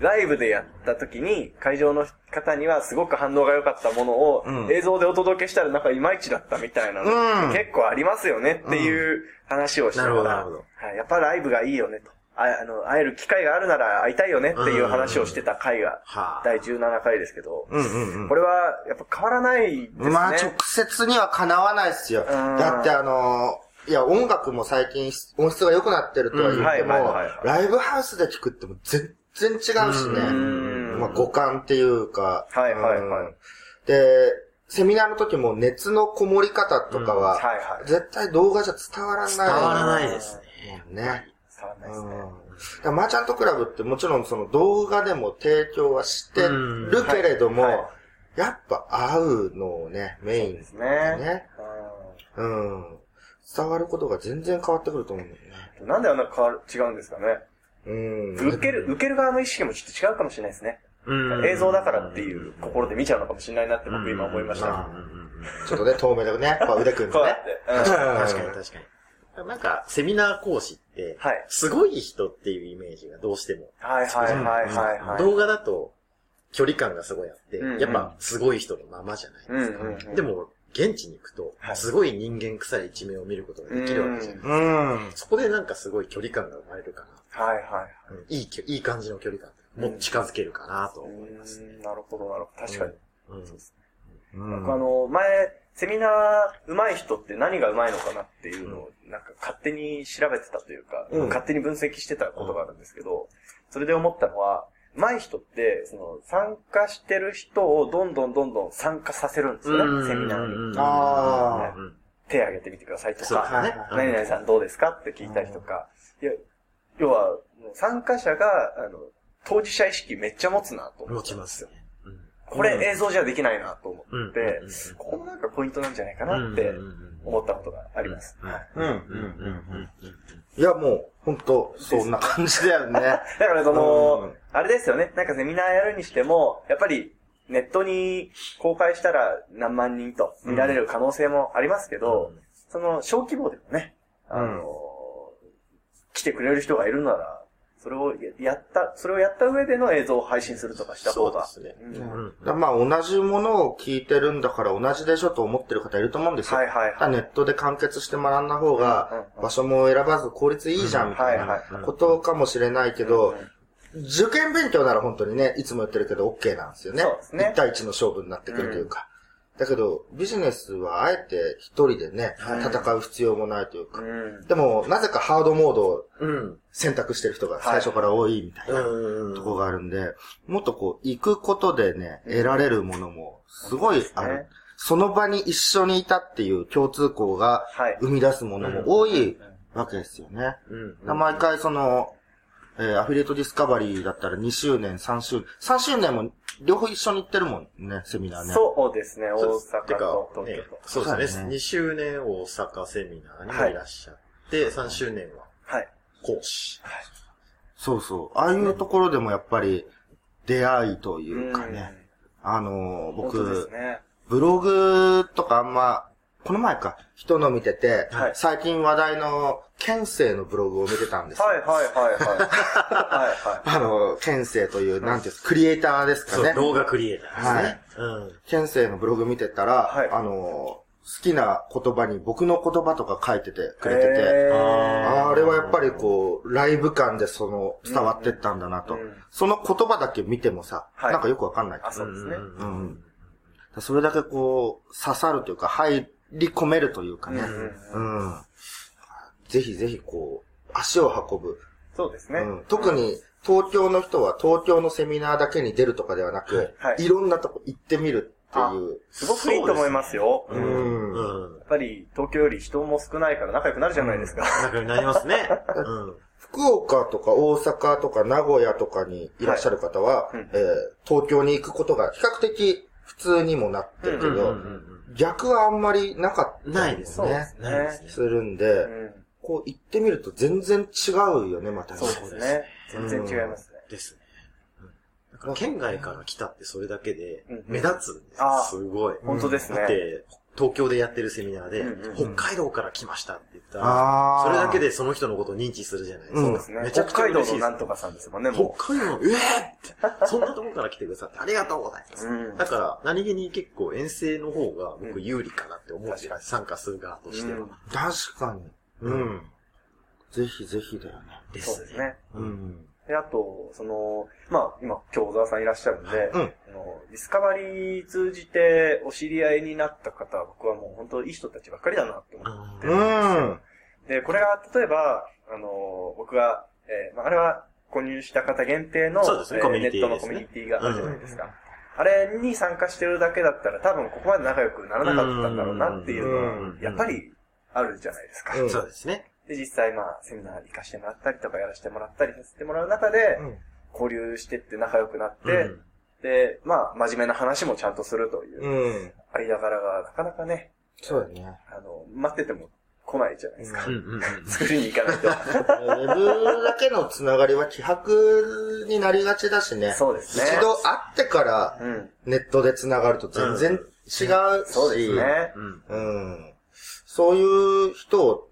Speaker 2: ライブでやった時に、会場の方にはすごく反応が良かったものを、
Speaker 3: うん
Speaker 2: 映像でお届けしたらなんかいまいちだったみたいなの、
Speaker 3: うん
Speaker 2: 結構ありますよねっていう話をしてたら、
Speaker 4: なるほどなるほど
Speaker 2: はいやっぱライブがいいよねと。ああの、会える機会があるなら会いたいよねっていう話をしてた回が
Speaker 4: はあ、
Speaker 2: 第17回ですけど、
Speaker 3: うんうんうん
Speaker 2: こ。れはやっぱ変わらないですね。
Speaker 3: まあ、直接にはかなわないっすよ。
Speaker 2: ん
Speaker 3: だってあのーいや、音楽も最近音質が良くなってるとは言って
Speaker 2: うん
Speaker 3: も
Speaker 2: はいはいはいは、
Speaker 3: ライブハウスで聞くってもう全然違うしね
Speaker 2: ん。
Speaker 3: まあ、五感っていうか。
Speaker 2: はいはいはい
Speaker 3: うんで、セミナーの時も熱のこもり方とか
Speaker 2: うんはい
Speaker 3: は
Speaker 2: は、い
Speaker 3: 絶対動画じゃ伝わらない。
Speaker 4: 伝わらないですね。
Speaker 3: ね。
Speaker 2: 触らないです
Speaker 3: う
Speaker 2: ね。
Speaker 3: んだからマーチャントクラブってもちろんその動画でも提供はしてるけれども、
Speaker 2: うんはいは
Speaker 3: やっぱ会うのをね、メイン
Speaker 2: です
Speaker 3: に
Speaker 2: ね
Speaker 3: ね。うん。伝わることが全然変わってくると思うんだよね。
Speaker 2: うんなんであんな変わる、違うんですかね。
Speaker 3: うん。
Speaker 2: 受ける、受ける側の意識もちょっと違うかもしれないですね。
Speaker 4: うん
Speaker 2: 映像だからっていう心で見ちゃうのかもしれないなって僕今思いまし
Speaker 3: うん
Speaker 2: た。
Speaker 4: うんうんうん
Speaker 3: ちょっとね、透 明だね。こう腕組んで
Speaker 2: そう
Speaker 3: ね
Speaker 2: やっ。て。うん
Speaker 4: 確かに確かに。なんか、セミナー講師って
Speaker 2: はい、
Speaker 4: すごい人っていうイメージがどうしても。
Speaker 2: はいはいはいはいはい。
Speaker 4: 動画だと、距離感がすごいあって
Speaker 2: うんう、ん
Speaker 4: やっぱ、すごい人のままじゃないです
Speaker 2: うんうんう
Speaker 4: か。
Speaker 2: ん
Speaker 4: でも、現地に行くと
Speaker 2: は、い
Speaker 4: すごい人間臭い一面を見ることができるわけじゃない。
Speaker 3: うん。
Speaker 4: そこでなんかすごい距離感が生まれるか
Speaker 2: はいは
Speaker 4: な。うんいいきょ、いい感じの距離感。もっと近づけるかなと
Speaker 2: い。う
Speaker 4: 思いますね。
Speaker 2: ーんなるほどなるほど。確かに。
Speaker 4: うんう
Speaker 3: う
Speaker 4: ん
Speaker 3: ん
Speaker 2: 僕あの、前、セミナー上手い人って何が上手いのかなっていうのを、なんか勝手に調べてたというか、
Speaker 3: うん
Speaker 2: 勝手に分析してたことがあるんですけど、それで思ったのは、上手い人って、その、参加してる人をどんどんどんどん参加させるんですよね、セミナーに。
Speaker 4: に
Speaker 3: あ
Speaker 2: ー手挙げてみてくださいと
Speaker 4: そう
Speaker 2: か、
Speaker 4: だね。
Speaker 2: 何々さんどうですかって聞いたりとか、いや要は、参加者が、あの、当事者意識めっちゃ持つなと思
Speaker 4: 持
Speaker 2: った
Speaker 4: ち
Speaker 2: んで
Speaker 4: ますす
Speaker 2: よ
Speaker 4: よ。。うん
Speaker 2: これ映像じゃできないなと思
Speaker 4: う
Speaker 2: っ
Speaker 4: んうんうん
Speaker 2: て
Speaker 4: うん、
Speaker 2: ここもなんかポイントなんじゃないかなって
Speaker 4: うんうんうん
Speaker 2: 思ったことがあります。
Speaker 4: うん
Speaker 2: はい
Speaker 3: うん。
Speaker 4: うんうんうん
Speaker 3: いや、もう、ほんと、そんな感じだ よね。
Speaker 2: だからそ
Speaker 3: うんう
Speaker 2: の
Speaker 3: ん、
Speaker 2: あれですよね、なんかセミナーやるにしても、やっぱりネットに公開したら何万人と見られる可能性もありますけど
Speaker 4: うん、
Speaker 2: その小規模でもね、あ
Speaker 3: うん
Speaker 2: の、来てくれる人がいるなら、それをやった、それをやった上での映像を配信するとかした方が。
Speaker 4: そうですね
Speaker 2: うん
Speaker 4: うん
Speaker 3: だからまあ同じものを聞いてるんだから同じでしょと思ってる方いると思うんですよ。
Speaker 2: はいはいはい
Speaker 3: だからネットで完結して学んだ方
Speaker 2: うんうん
Speaker 3: が
Speaker 2: うん
Speaker 3: 場所も選ばず効率いいじゃんみたい
Speaker 2: はい
Speaker 3: な
Speaker 2: はい
Speaker 3: ことかもしれないけど、受験勉強なら本当にね、いつも言ってるけど OK なんですよね。
Speaker 2: そうですね
Speaker 3: 1対1の勝負になってくるというか。だけど、ビジネスはあえて一人でね、
Speaker 4: はい
Speaker 3: 戦う必要もないというか。
Speaker 2: うん。
Speaker 3: でも、なぜかハードモードを
Speaker 4: うん。
Speaker 3: 選択してる人が最初から多いみたいな
Speaker 4: うん。
Speaker 3: とこがあるんで、もっとこう、行くことでね、得られるものもすごいあ
Speaker 2: そう
Speaker 3: る。
Speaker 2: ですね
Speaker 3: その場に一緒にいたっていう共通項が
Speaker 2: はい。
Speaker 3: 生み出すものも多いわけですよね。
Speaker 4: うん。
Speaker 3: うん毎回その、えーアフィリエイトディスカバリーだったら2周年、3周年、3周年も両方一緒に行ってるもんね、セミナーね。
Speaker 2: そうですね、大
Speaker 4: そうで
Speaker 2: 阪
Speaker 4: す
Speaker 2: と東
Speaker 4: て
Speaker 2: 京
Speaker 4: かね
Speaker 2: と。
Speaker 4: そうです
Speaker 3: はい
Speaker 4: ね。
Speaker 3: ね
Speaker 4: 2周年大阪セミナーにもいらっしゃって、3周年は
Speaker 2: はい。
Speaker 4: 講師。
Speaker 3: そうそう。ああいうところでもやっぱり出会いというかね。あのー
Speaker 2: うん。本当です
Speaker 3: 僕、
Speaker 2: ね。
Speaker 3: ブログとかあんま、この前か、人の見てて、
Speaker 2: はい
Speaker 3: 最近話題の県政のブログを見てたんですよ。
Speaker 2: はいはいはいはい。はいは
Speaker 3: あの、県政という、なんていうんですか、クリエイターですか
Speaker 4: そう、
Speaker 3: ね。
Speaker 4: 動画クリエイターですね。うん。
Speaker 3: 先生のブログ見てたら、
Speaker 2: はい
Speaker 3: あの、好きな言葉に僕の言葉とか書いてて
Speaker 2: い。
Speaker 3: くれてて、
Speaker 2: へー
Speaker 3: あれはやっぱりこう、ライブ感でその、伝わってったんだなと。
Speaker 2: うんうん
Speaker 3: その言葉だけ見てもさ、
Speaker 2: はい
Speaker 3: なんかよくわかんない。
Speaker 2: あ、そうですね。
Speaker 4: ん
Speaker 3: うんそれだけこう、刺さるというか、入り込めるというかね。
Speaker 2: う
Speaker 3: うん。ぜひぜひこう、足を運ぶ。
Speaker 2: そうですね。
Speaker 3: うん、特に、東京の人は東京のセミナーだけに出るとかではなく、
Speaker 2: はい
Speaker 3: い、ろんなとこ行ってみるっていう。
Speaker 2: すごくいいと思いますよ。
Speaker 4: う
Speaker 2: うんや
Speaker 4: ん。
Speaker 3: う
Speaker 4: うん。
Speaker 2: っぱり東京より人も少ないから仲良くなるじゃないですか。
Speaker 4: 仲良くなりますね。うん。
Speaker 3: 福岡とか大阪とか名古屋とかにいらっしゃる方は、
Speaker 2: はいうん
Speaker 3: えー東京に行くことが比較的普通にもなってるけど、
Speaker 2: うんうんうん
Speaker 3: 逆はあんまりなかったりも
Speaker 4: ないです
Speaker 2: そうですね
Speaker 3: ね。
Speaker 4: ないですね。
Speaker 3: するんで、
Speaker 2: うん
Speaker 3: こう行ってみると全然違うよね、またね。
Speaker 2: そうですね。全然違いますね。
Speaker 4: ですね。だから県外から来たってそれだけで
Speaker 2: うん、
Speaker 4: 目立つんです
Speaker 2: あー
Speaker 4: すごい。
Speaker 2: 本当ですね
Speaker 4: だって、東京でやってるセミナーで
Speaker 2: うんうん、
Speaker 4: 北海道から来ましたって言ったら、
Speaker 3: あ
Speaker 4: そ
Speaker 3: ー
Speaker 4: れだけ。でその人のことを認知するじゃないですか。
Speaker 3: うん
Speaker 2: そうですね
Speaker 4: めち
Speaker 2: 北
Speaker 4: ゃくちゃ
Speaker 2: 海
Speaker 4: 嬉
Speaker 2: 道
Speaker 4: しい
Speaker 2: の
Speaker 4: です
Speaker 2: なんとかさんですもんね、も
Speaker 4: 北海道の、ええって、そんなとこから来てくださってありがとうございます。
Speaker 2: うん
Speaker 4: だから、何気に結構遠征の方が僕有利かなって思うんです
Speaker 2: 確か
Speaker 4: よ。参加する側としては。
Speaker 2: うん
Speaker 3: 確かに。うん。ぜひぜひだよね。
Speaker 4: で
Speaker 2: う。そうです。ね。
Speaker 3: うん。
Speaker 2: で、あと、その、まあ、今、今日小沢さんいらっしゃるんで、
Speaker 3: うん
Speaker 2: あのディスカバリー通じてお知り合いになった方は、僕はもう本当いい人たちばっかりだなって思ってるん
Speaker 3: うん。
Speaker 2: ですよ。で、これが、例えば、あの、僕が、えーまあ、あれは購入した方限定の、
Speaker 4: そうですね
Speaker 2: えー
Speaker 4: コミュニ
Speaker 2: ネ
Speaker 4: テ
Speaker 2: ッ
Speaker 4: ィですね
Speaker 2: トのコミュニティがあるじゃないですか。あれに参加してるだけだったら、多分ここまで仲良くならなかったんだろうなっていうの
Speaker 3: うん
Speaker 2: は
Speaker 4: う、ん
Speaker 2: やっぱりあるじゃないですか。
Speaker 3: うん
Speaker 4: そうですね。
Speaker 2: で、実際まあ、セミナー行かしてもらったりとか、やらせてもらったりさせてもらう中で、
Speaker 3: うん
Speaker 2: 交流してって仲良くなって、
Speaker 4: うん
Speaker 2: で、まあ、真面目な話もちゃんとするという、
Speaker 3: うん。
Speaker 2: 間柄がなかなかね、
Speaker 3: そうだね。
Speaker 2: あの、待ってても来ないじゃないですか。
Speaker 4: うんうんうん
Speaker 2: 作りに行かないと。
Speaker 3: ウェブだけのつながりは希薄になりがちだしね。
Speaker 2: そうですね。
Speaker 3: 一度会ってから
Speaker 2: うん。
Speaker 3: ネットでつながると全然違うし、
Speaker 2: そうですね。
Speaker 4: うん
Speaker 3: うん。そういう人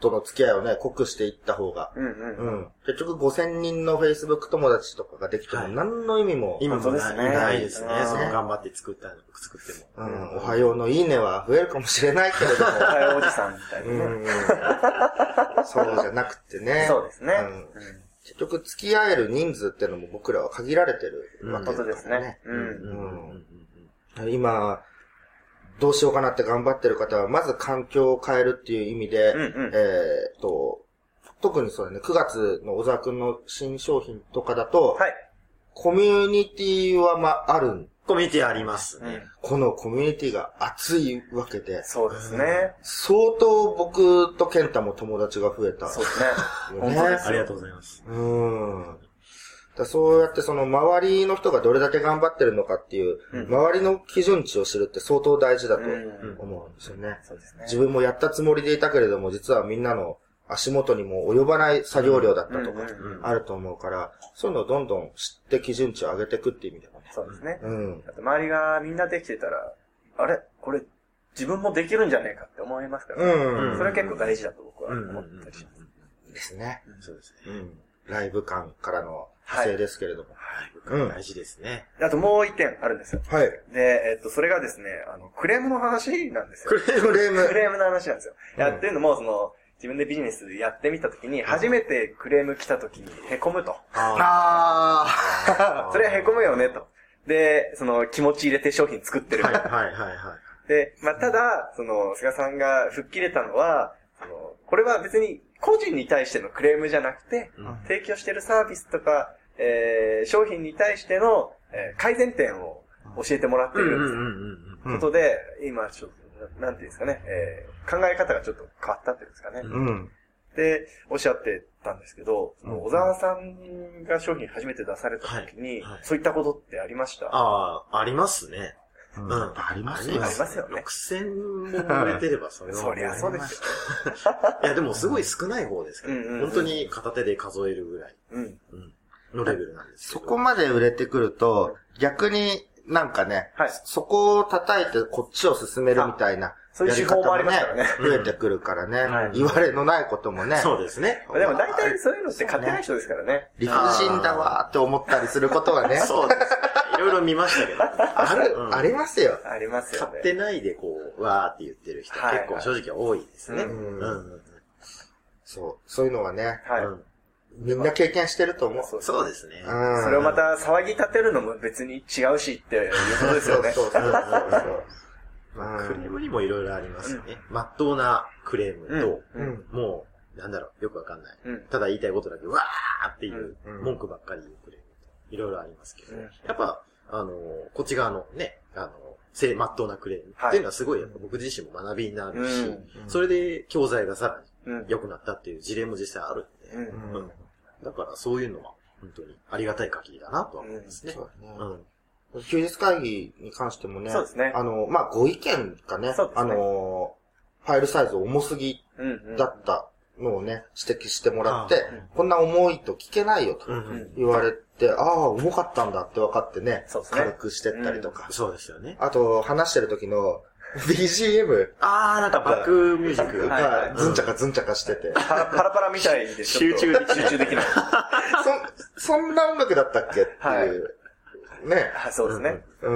Speaker 3: との付き合いをね、濃くしていった方が。
Speaker 2: うんうん。
Speaker 3: う
Speaker 2: うん
Speaker 3: ん。結局5000人の Facebook 友達とかができても
Speaker 4: はい
Speaker 3: 何の意味も、
Speaker 4: 今も
Speaker 2: 本当ですね
Speaker 4: ないないですね
Speaker 2: う。ん
Speaker 4: その頑張って作ったの、作っても。
Speaker 3: うん、おはようのいいねは増えるかもしれないけ れども
Speaker 2: おはようおじさんみたいなね。
Speaker 3: うん。そうじゃなくてね。
Speaker 2: そうですね。
Speaker 3: うん結局付き合える人数ってのも僕らは限られてるわ
Speaker 2: うん。こ
Speaker 3: けだか
Speaker 2: と
Speaker 3: ら
Speaker 2: ですね。。うん。
Speaker 4: うんうんうん
Speaker 3: 今、どうしようかなって頑張ってる方は、まず環境を変えるっていう意味で、
Speaker 2: うんうん
Speaker 3: えーっと、特にそうだね、9月の小沢くんの新商品とかだと、
Speaker 2: はい。
Speaker 3: コミュニティはまあ、あるん。
Speaker 4: コミュニティあります
Speaker 2: う
Speaker 4: ね。
Speaker 2: ん。
Speaker 3: このコミュニティが熱いわけで、
Speaker 2: そうですね。
Speaker 3: 相当僕と健太も友達が増えた。
Speaker 2: そうですね。
Speaker 3: よ
Speaker 2: 本
Speaker 3: ね
Speaker 2: 当ですよ
Speaker 4: ありがとうございます。
Speaker 3: うん。だそうやってその周りの人がどれだけ頑張ってるのかっていう、
Speaker 2: うん
Speaker 3: 周りの基準値を知るって相当大事だと
Speaker 2: うん
Speaker 3: 思うんですよね。
Speaker 2: そうですね。
Speaker 3: 自分もやったつもりでいたけれども、実はみんなの足元にも及ばない作業量だったとか
Speaker 2: うんうんうん、
Speaker 3: あると思うから、そういうのをどんどん知って基準値を上げていくっていう意味でもね。
Speaker 2: そうですね。
Speaker 3: うん。
Speaker 2: だって周りがみんなできてたら、あれこれ自分もできるんじゃねえかって思いますから、ね
Speaker 3: うん。
Speaker 2: それは結構大事だと僕は
Speaker 4: うんうん
Speaker 2: 思
Speaker 4: う
Speaker 2: った
Speaker 4: ん
Speaker 2: りします。
Speaker 3: ですね。
Speaker 4: そうですね。
Speaker 3: うん。ライブ感からの派生ですけれども。
Speaker 4: はい。大事ですね。
Speaker 2: あともう一点あるんですよ。
Speaker 3: はい。
Speaker 2: で、えっと、それがですね、あの、クレームの話なんですよ。
Speaker 3: クレーム。
Speaker 2: クレームの話なんですよ。いや、っていうのも、その、自分でビジネスやってみたときに、初めてクレーム来たときに凹むと。
Speaker 4: あ
Speaker 3: あ
Speaker 4: あ
Speaker 2: それは凹むよね、と。で、その気持ち入れて商品作ってる。
Speaker 4: はいはいはいはい。
Speaker 2: で、まあ、ただ、その、菅さんが吹っ切れたのは、その、これは別に個人に対してのクレームじゃなくて、
Speaker 4: うん
Speaker 2: 提供してるサービスとか、えー商品に対しての、えー改善点を教えてもらって
Speaker 4: うん
Speaker 2: る
Speaker 4: うんん
Speaker 2: ですよ
Speaker 4: うんうん。
Speaker 3: ー。う
Speaker 2: こ
Speaker 3: ん
Speaker 2: とで、今ちょっと、ななんていうんですかね、えー考え方がちょっと変わったっていうんですかね。
Speaker 4: う
Speaker 3: うん。
Speaker 2: で、おっしゃってたんですけど、その
Speaker 3: うん
Speaker 2: 小沢さんが商品初めて出された時に、
Speaker 4: はいはい
Speaker 2: そういったことってありました
Speaker 4: ああ、ありますね。
Speaker 3: うん
Speaker 4: うん
Speaker 3: やっぱあります
Speaker 2: あ
Speaker 3: よ
Speaker 2: り。ますよね
Speaker 4: 6000も売れてればそれは。
Speaker 2: そりゃそうですよ。
Speaker 4: いや、でもすごい少ない方ですから、
Speaker 2: うんうんうん
Speaker 4: 本当に片手で数えるぐらい
Speaker 2: うん。
Speaker 4: のレベルなんですけ
Speaker 3: そ
Speaker 4: ど。
Speaker 3: こまで売れてくると、逆になんかね、
Speaker 2: はい
Speaker 3: そこを叩いてこっちを進めるみたいな、
Speaker 2: そういう手法もありますからね
Speaker 3: やり方も増えてくるからね、
Speaker 2: はい
Speaker 3: 言われのないこともね、
Speaker 4: そうですね。
Speaker 2: まあでも大体そういうのって勝手ない人ですからね。
Speaker 3: 理不尽だわーって思ったりすることがね、
Speaker 4: そうですね。いろいろ見ましたけ ど。
Speaker 3: ある、
Speaker 4: うん
Speaker 3: ありますよ。
Speaker 2: ありますよ
Speaker 4: 買
Speaker 2: ね。
Speaker 4: ってないでこう、わーって言ってる人
Speaker 2: はい
Speaker 4: 結構正直多いですね。
Speaker 2: うん
Speaker 4: うんうん
Speaker 3: そう、そういうのはね、
Speaker 2: はい。
Speaker 4: うん
Speaker 3: みんな経験してると思う。
Speaker 2: そうです
Speaker 4: そうですね。
Speaker 3: うん
Speaker 2: それをまた騒ぎ立てるのも別に違うしっていうことですよね。
Speaker 3: そうそうそうそう
Speaker 4: クレー
Speaker 3: う
Speaker 4: ムにもいろいろありますよね。まっとうなクレームと、
Speaker 2: うん
Speaker 3: ん。
Speaker 4: もう、なんだろう、よくわかんない。
Speaker 2: うん。
Speaker 4: ただ言いたいことだけ、わーっていう
Speaker 3: うんうん
Speaker 4: 文句ばっかり言うクレームといろいろありますけど、
Speaker 2: うん
Speaker 4: やっぱ、あのー、こっち側のね、あのー、正、まっとうなクレームっていうのはすごい、やっぱ僕自身も学びになるし、
Speaker 2: うん
Speaker 3: うん
Speaker 4: それで教材がさら
Speaker 2: うん
Speaker 4: に。良くなったっていう事例も実際あるんで、
Speaker 2: うん。
Speaker 3: うん
Speaker 4: うんだからそういうのは本当にありがたい限りだなとは思いますね。
Speaker 3: そうだね
Speaker 4: うん。
Speaker 3: 休日会議に関してもね、
Speaker 2: そうですね
Speaker 3: あの、まあ、ご意見がね、
Speaker 2: そうですね
Speaker 3: あの、ファイルサイズ重すぎ
Speaker 2: うん。うん
Speaker 3: だったのをね、指摘してもらって、
Speaker 4: うん
Speaker 3: こんな重いと聞けないよと
Speaker 4: うんうん
Speaker 3: 言われて、ああ、重かったんだって分かってね、
Speaker 2: そうですね
Speaker 3: 軽くしてったりとか。
Speaker 4: そうですよね。
Speaker 3: あと、話してる時の BGM
Speaker 4: あー、なんかバックミュージック。
Speaker 2: はい
Speaker 3: がずんちゃかずんちゃかしてて、
Speaker 2: パラパラパラみたいでちょっと
Speaker 4: 集中できない
Speaker 2: 集中できない。
Speaker 3: そ、そんな音楽だったっけっていう、ね。
Speaker 2: あそうですね。
Speaker 3: う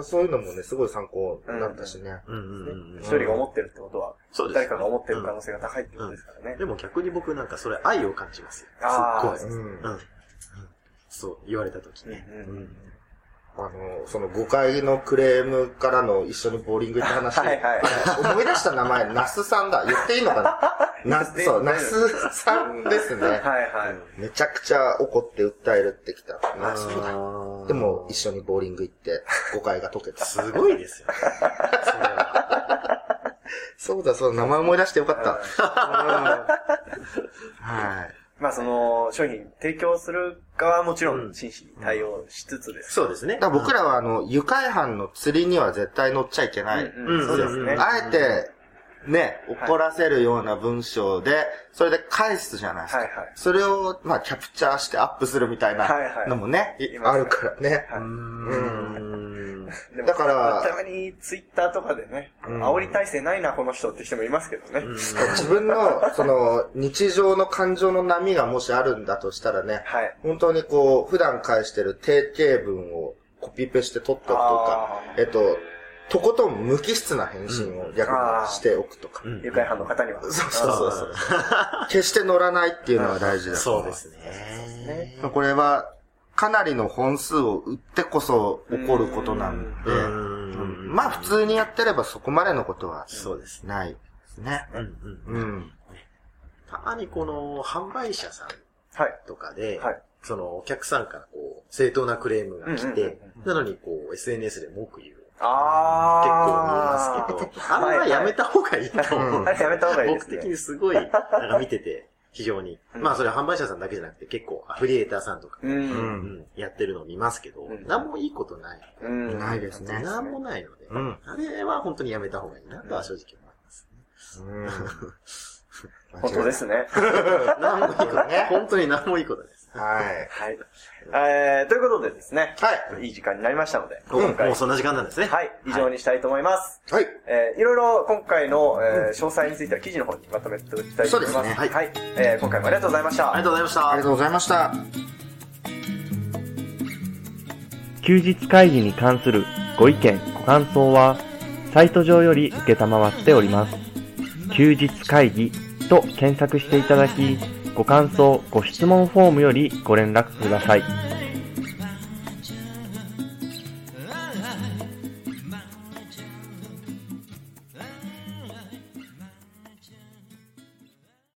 Speaker 3: ん。そういうのもね、すごい参考になったしね。
Speaker 4: うんうんうんうん
Speaker 2: 一人が思ってるってことは、
Speaker 4: そうですね
Speaker 2: 誰かが思ってる可能性が高いってことですからね。
Speaker 4: でも逆に僕なんかそれ愛を感じますよ。
Speaker 2: あー
Speaker 4: す
Speaker 3: う
Speaker 4: っごい。
Speaker 3: ん
Speaker 4: うん。そう、言われた時ね。
Speaker 2: うんうんうん
Speaker 3: あの、その5階のクレームからの一緒にボーリング行った話。
Speaker 2: はいはい
Speaker 3: あ思い出した名前、ナスさんだ。言っていいのかなナス、そう、ナスさんですね。
Speaker 2: はいはい。
Speaker 3: めちゃくちゃ怒って訴えるってきた。ナスだ
Speaker 4: あー
Speaker 3: でも、一緒にボーリング行って、誤解が解けた。
Speaker 4: すごいですよね。それは。
Speaker 3: そうだ、そうだ、名前思い出してよかった。はい。
Speaker 2: まあその、商品提供する側はもちろ
Speaker 4: うん
Speaker 2: ん真摯に対応しつつです。
Speaker 4: そうですね。
Speaker 3: だから僕らは、あの、愉快犯の釣りには絶対乗っちゃいけない。
Speaker 2: うんうんそうですね。
Speaker 3: あえて、ね、怒らせるような文章で、それで返すじゃないですか。
Speaker 2: はいはい
Speaker 3: それを、まあ、キャプチャーしてアップするみたい
Speaker 2: はいは
Speaker 3: ないのもね、い
Speaker 2: います
Speaker 3: あ
Speaker 2: ね
Speaker 3: るからね。
Speaker 2: はいう
Speaker 4: ーん。
Speaker 2: でも
Speaker 3: だから
Speaker 2: たまにツイッターとかでね、
Speaker 3: うん
Speaker 2: 煽り体制ないな、この人って人もいますけどね。
Speaker 3: 自分の、その、日常の感情の波がもしあるんだとしたらね、
Speaker 2: はい。
Speaker 3: 本当にこう、普段返してる定型文をコピペして取っとくとか、
Speaker 2: あ
Speaker 3: えっと、とことん無機質な返信を逆にしておくとか。
Speaker 2: ー愉快犯の方には。
Speaker 3: そうそうそうそう。決して乗らないっていうのは大事だと思
Speaker 4: そうですね。
Speaker 3: これは、かなりの本数を売ってこそ起こることなんで、
Speaker 4: う
Speaker 3: うん
Speaker 4: ん。
Speaker 3: まあ普通にやってればそこまでのことは
Speaker 4: そうですね。
Speaker 3: ないですね。
Speaker 4: うんうん。
Speaker 3: うん。
Speaker 4: たまにこの、販売者さん
Speaker 2: はい。
Speaker 4: とかで、
Speaker 2: はい
Speaker 4: そのお客さんからこう、正当なクレームが来
Speaker 2: うんうん
Speaker 4: て、なのにこう、SNS で文句言う。結
Speaker 2: あ
Speaker 4: 構見
Speaker 2: ー
Speaker 4: ますけど、あれはやめた方がいいと思う。
Speaker 2: あれやめた方がいいで
Speaker 4: 僕
Speaker 2: すね。
Speaker 4: 的にすごい、なんか見てて、非常に。
Speaker 2: うん
Speaker 4: まあそれは販売者さんだけじゃなくて結構アフリエーターさんとか、
Speaker 2: う。
Speaker 3: うんん。
Speaker 4: うんやってるのを見ますけど、
Speaker 2: うん
Speaker 4: なんもいいことない。
Speaker 2: うん。
Speaker 3: ないですね
Speaker 4: なんもないので、
Speaker 3: うん
Speaker 4: あれは本当にやめた方がいいなとは正直思います。
Speaker 3: うん
Speaker 2: 本当で。すね。
Speaker 4: なんもいいこと
Speaker 3: ね
Speaker 4: 本当になんもいいことです。
Speaker 3: はい。
Speaker 2: はい。えー、ということでですね。。
Speaker 3: はい
Speaker 2: いい時間になりましたので、
Speaker 3: うん
Speaker 2: 今回。
Speaker 4: もうそんな時間なんですね。
Speaker 2: はい。以上にしたいと思います。
Speaker 3: はい。
Speaker 2: えーいろいろ今回の、えー詳細については記事の方にまとめておきたいと思います。
Speaker 3: そうですね
Speaker 2: はい、えー今回もありがとうございました。
Speaker 4: ありがとうございました
Speaker 3: あり。がとうございました。
Speaker 1: 休日会議に関するご意見、ご感想は、サイト上より受けたまわっております。休日会議と検索していただき、ご感想、ご質問フォームよりご連絡ください。